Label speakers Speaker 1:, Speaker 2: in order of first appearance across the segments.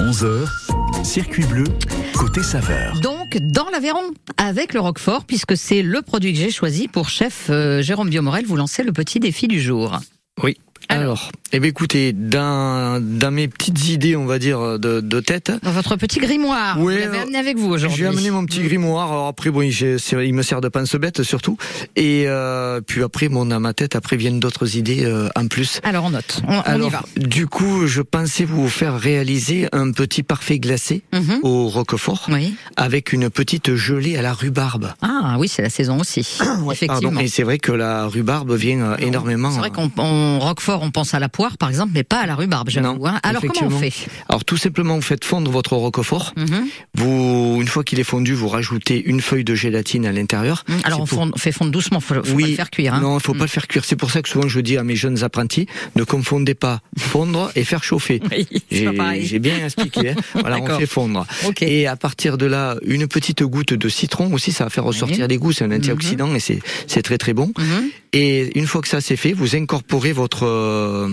Speaker 1: 11h, circuit bleu, côté saveur.
Speaker 2: Donc, dans l'Aveyron, avec le Roquefort, puisque c'est le produit que j'ai choisi pour chef euh, Jérôme Biomorel, vous lancez le petit défi du jour.
Speaker 3: Oui. Alors, eh bien, écoutez, d'un, d'un mes petites idées, on va dire, de, de tête,
Speaker 2: Dans votre petit grimoire,
Speaker 3: Ouais,
Speaker 2: vous l'avez
Speaker 3: euh,
Speaker 2: amené avec vous aujourd'hui.
Speaker 3: j'ai amené mon petit grimoire. Alors après, bon, il, j'ai- c'est- il me sert de pince bête surtout. Et euh, puis après, bon, à ma tête, après viennent d'autres idées euh, en plus.
Speaker 2: Alors, on note, on, on y va.
Speaker 3: Alors, du coup, je pensais vous faire réaliser un petit parfait glacé
Speaker 2: Mhm.
Speaker 3: au Roquefort
Speaker 2: Oui.
Speaker 3: avec une petite gelée à la rhubarbe.
Speaker 2: Ah oui, c'est la saison aussi. Effectivement. Ah
Speaker 3: Pardon. Et c'est vrai que la rhubarbe vient euh, énormément.
Speaker 2: C'est vrai qu'on on- Roquefort, on pense à la poire, par exemple, mais pas à la rhubarbe, j'avoue.
Speaker 3: Non,
Speaker 2: hein. Alors, comment on fait
Speaker 3: Alors tout simplement, vous faites fondre votre Roquefort.
Speaker 2: Mhm.
Speaker 3: Vous, une fois qu'il est fondu, vous rajoutez une feuille de gélatine à l'intérieur.
Speaker 2: Mhm. Alors,
Speaker 3: C'est
Speaker 2: on
Speaker 3: pour-
Speaker 2: fond- fait fondre doucement, faut, faut
Speaker 3: Oui,
Speaker 2: pas le faire cuire. hein.
Speaker 3: Non, il faut pas le faire cuire. C'est pour ça que souvent je dis à mes jeunes apprentis, ne confondez pas fondre et faire chauffer.
Speaker 2: Oui, c'est
Speaker 3: J'ai
Speaker 2: pas pareil.
Speaker 3: j'ai bien expliqué. hein. Voilà, on
Speaker 2: D'accord.
Speaker 3: fait fondre.
Speaker 2: Ok.
Speaker 3: Et à partir de là, une petite goutte de citron aussi, ça va faire ressortir les goûts. C'est un antioxydant et c'est c'est très très bon.
Speaker 2: Mhm.
Speaker 3: Et une fois que ça c'est fait, vous incorporez votre euh,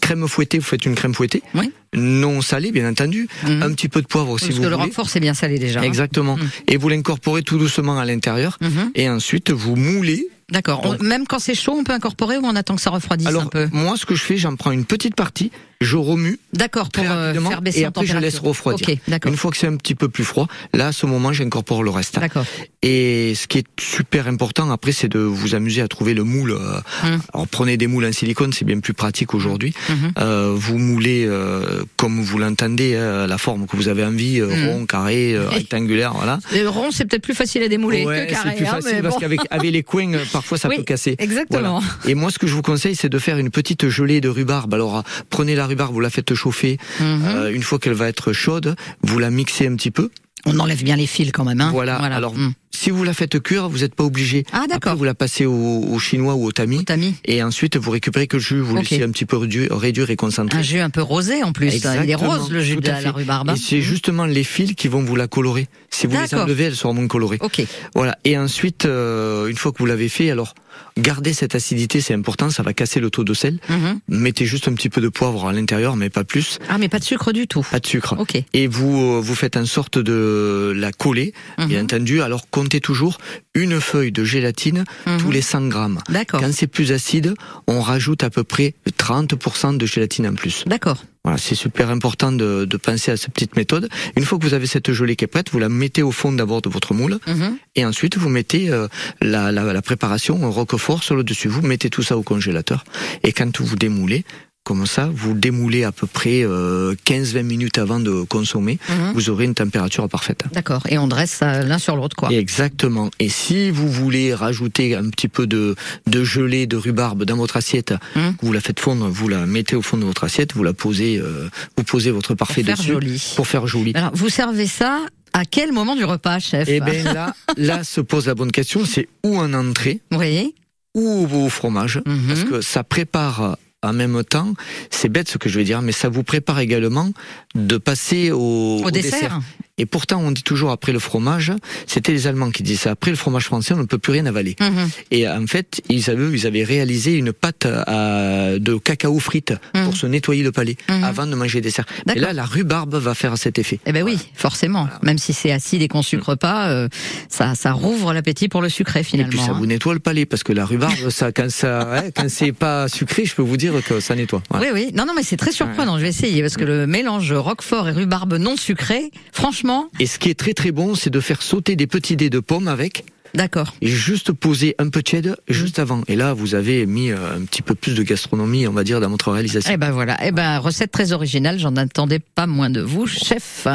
Speaker 3: crème fouettée. Vous faites une crème fouettée,
Speaker 2: Oui.
Speaker 3: non salée bien entendu,
Speaker 2: Mhm.
Speaker 3: un petit peu de poivre si
Speaker 2: Parce
Speaker 3: vous
Speaker 2: que le
Speaker 3: voulez.
Speaker 2: Roquefort, c'est bien salé déjà. hein.
Speaker 3: Exactement. Et vous l'incorporez tout doucement à l'intérieur.
Speaker 2: Mhm.
Speaker 3: Et ensuite, vous moulez.
Speaker 2: D'accord. On- Même quand c'est chaud, on peut incorporer ou on attend que ça refroidisse un
Speaker 3: Alors,
Speaker 2: peu
Speaker 3: moi, ce que je fais, j'en prends une petite partie, je remue
Speaker 2: D'accord, pour
Speaker 3: très
Speaker 2: euh,
Speaker 3: rapidement
Speaker 2: faire baisser
Speaker 3: et
Speaker 2: en
Speaker 3: après, je
Speaker 2: température.
Speaker 3: laisse refroidir.
Speaker 2: Ok, d'accord.
Speaker 3: Une fois que c'est un petit peu plus froid, là, à ce moment, j'incorpore le reste.
Speaker 2: D'accord.
Speaker 3: Et ce qui est super important, après, c'est de vous amuser à trouver le moule. euh,
Speaker 2: Mhm.
Speaker 3: Alors, prenez des moules en silicone, c'est bien plus pratique aujourd'hui.
Speaker 2: Mhm.
Speaker 3: Euh, vous moulez euh, comme vous l'entendez, hein, la forme que vous avez envie, euh,
Speaker 2: Mhm.
Speaker 3: rond, carré, euh, rectangulaire, voilà.
Speaker 2: Le rond, c'est peut-être plus facile à démouler
Speaker 3: Ouais,
Speaker 2: que carré.
Speaker 3: c'est plus
Speaker 2: hein,
Speaker 3: facile
Speaker 2: mais
Speaker 3: parce
Speaker 2: bon.
Speaker 3: qu'avec avec les coins, euh, parfois ça
Speaker 2: Oui,
Speaker 3: peut casser.
Speaker 2: Exactement.
Speaker 3: Et moi, ce que je vous conseille, c'est de faire une petite gelée de rhubarbe. Alors, euh, prenez la rhubarbe, vous la faites chauffer.
Speaker 2: Mhm.
Speaker 3: Euh, une fois qu'elle va être chaude, vous la mixez un petit peu.
Speaker 2: On enlève bien les fils quand même. hein.
Speaker 3: voilà. Alors,
Speaker 2: Mm.
Speaker 3: si vous la faites cuire, vous n'êtes pas obligé.
Speaker 2: Ah,
Speaker 3: Après,
Speaker 2: d'accord.
Speaker 3: vous la passez au, au chinois ou au tamis.
Speaker 2: T'as mis
Speaker 3: Et ensuite, vous récupérez que le jus. Vous
Speaker 2: Ok. Ah,
Speaker 3: laissez un petit peu réduire, réduire et concentrer.
Speaker 2: un jus un peu rosé en plus. hein. Il est
Speaker 3: Exactement,
Speaker 2: rose le jus
Speaker 3: tout
Speaker 2: de
Speaker 3: à
Speaker 2: la, la
Speaker 3: fait.
Speaker 2: rhubarbe.
Speaker 3: Et c'est justement les fils qui vont vous la colorer. Si vous les
Speaker 2: Mhm. D'accord.
Speaker 3: enlevez, elles seront moins colorées.
Speaker 2: Ok.
Speaker 3: Voilà. Et ensuite, euh, une fois que vous l'avez fait, alors gardez cette acidité, c'est important. Ça va casser le taux de sel.
Speaker 2: Mhm.
Speaker 3: Mettez juste un petit peu de poivre à l'intérieur, mais pas plus,
Speaker 2: Ah mais pas de sucre du tout.
Speaker 3: pas de sucre.
Speaker 2: Ok.
Speaker 3: Et vous, euh, vous faites en sorte de la coller,
Speaker 2: Mhm.
Speaker 3: bien entendu. Alors comptez toujours une feuille de gélatine
Speaker 2: Mhm. Oh.
Speaker 3: tous les 100 grammes.
Speaker 2: D'accord.
Speaker 3: Quand c'est plus acide, on rajoute à peu près 30% de gélatine en plus.
Speaker 2: D'accord.
Speaker 3: Voilà, c'est super important de, de penser à cette petite méthode. Une fois que vous avez cette gelée qui est prête, vous la mettez au fond d'abord de votre moule
Speaker 2: Mhm.
Speaker 3: et ensuite vous mettez euh, la, la, la préparation au roquefort sur le dessus. Vous mettez tout ça au congélateur et quand vous démoulez, comme ça, vous démoulez à peu près euh, 15-20 minutes avant de consommer.
Speaker 2: Mhm.
Speaker 3: Vous aurez une température parfaite.
Speaker 2: D'accord. Et on dresse euh, l'un sur l'autre quoi.
Speaker 3: Exactement. Et si vous voulez rajouter un petit peu de, de gelée de rhubarbe dans votre assiette,
Speaker 2: Mhm.
Speaker 3: vous la faites fondre, vous la mettez au fond de votre assiette, vous la posez, euh, vous posez votre parfait
Speaker 2: faire
Speaker 3: dessus
Speaker 2: joli.
Speaker 3: pour faire joli.
Speaker 2: Alors vous servez ça à quel moment du repas, chef
Speaker 3: Et bien ben, là, là se pose la bonne question, c'est ou en entrée
Speaker 2: Oui.
Speaker 3: ou au fromage,
Speaker 2: Mhm.
Speaker 3: parce que ça prépare en même temps. C'est bête ce que je vais dire, mais ça vous prépare également de passer au,
Speaker 2: Au dessert.
Speaker 3: Et pourtant, on dit toujours après le fromage. C'était les Allemands qui disaient ça. Après le fromage français, on ne peut plus rien avaler.
Speaker 2: Mhm.
Speaker 3: Et en fait, ils avaient, ils avaient réalisé une pâte à- de cacao frite
Speaker 2: Mhm.
Speaker 3: pour se nettoyer le palais
Speaker 2: Mhm.
Speaker 3: avant de manger dessert. Et
Speaker 2: D'accord.
Speaker 3: là, la rhubarbe va faire cet effet.
Speaker 2: Eh ben oui, forcément.
Speaker 3: Voilà. Mm.
Speaker 2: Même si c'est acide et qu'on sucre pas, euh, ça, ça rouvre l'appétit pour le sucré
Speaker 3: Et
Speaker 2: finalement.
Speaker 3: puis ça
Speaker 2: hein.
Speaker 3: vous nettoie le palais parce que la rhubarbe, ça, quand ça, hein, quand c'est pas sucré, je peux vous dire que ça nettoie. Voilà.
Speaker 2: hein. Oui, oui. Non, non, mais c'est très surprenant. Je vais essayer parce que
Speaker 3: Mm.
Speaker 2: le mélange roquefort et rhubarbe non sucré, franchement,
Speaker 3: Et ce qui est très très bon, c'est de faire sauter des petits dés de pommes avec,
Speaker 2: d'accord.
Speaker 3: et juste poser un peu de cheddar
Speaker 2: Mmh.
Speaker 3: juste avant. Et là, vous avez mis euh, un petit peu plus de gastronomie, on va dire, dans votre réalisation.
Speaker 2: Eh ben voilà. Eh ben recette très originale. J'en attendais pas moins de vous, chef.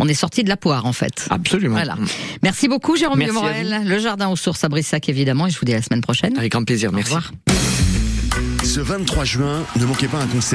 Speaker 2: On est sorti de la poire en fait.
Speaker 3: Absolument. Mmh.
Speaker 2: Voilà. Merci beaucoup, Jérôme
Speaker 3: Ah. Merci à
Speaker 2: Morel. Le jardin aux sources à Brissac, évidemment. Et je vous dis à la semaine prochaine.
Speaker 3: Avec grand plaisir.
Speaker 2: Au
Speaker 3: Merci.
Speaker 2: revoir.
Speaker 1: Ce 23 juin, ne manquez pas un concert.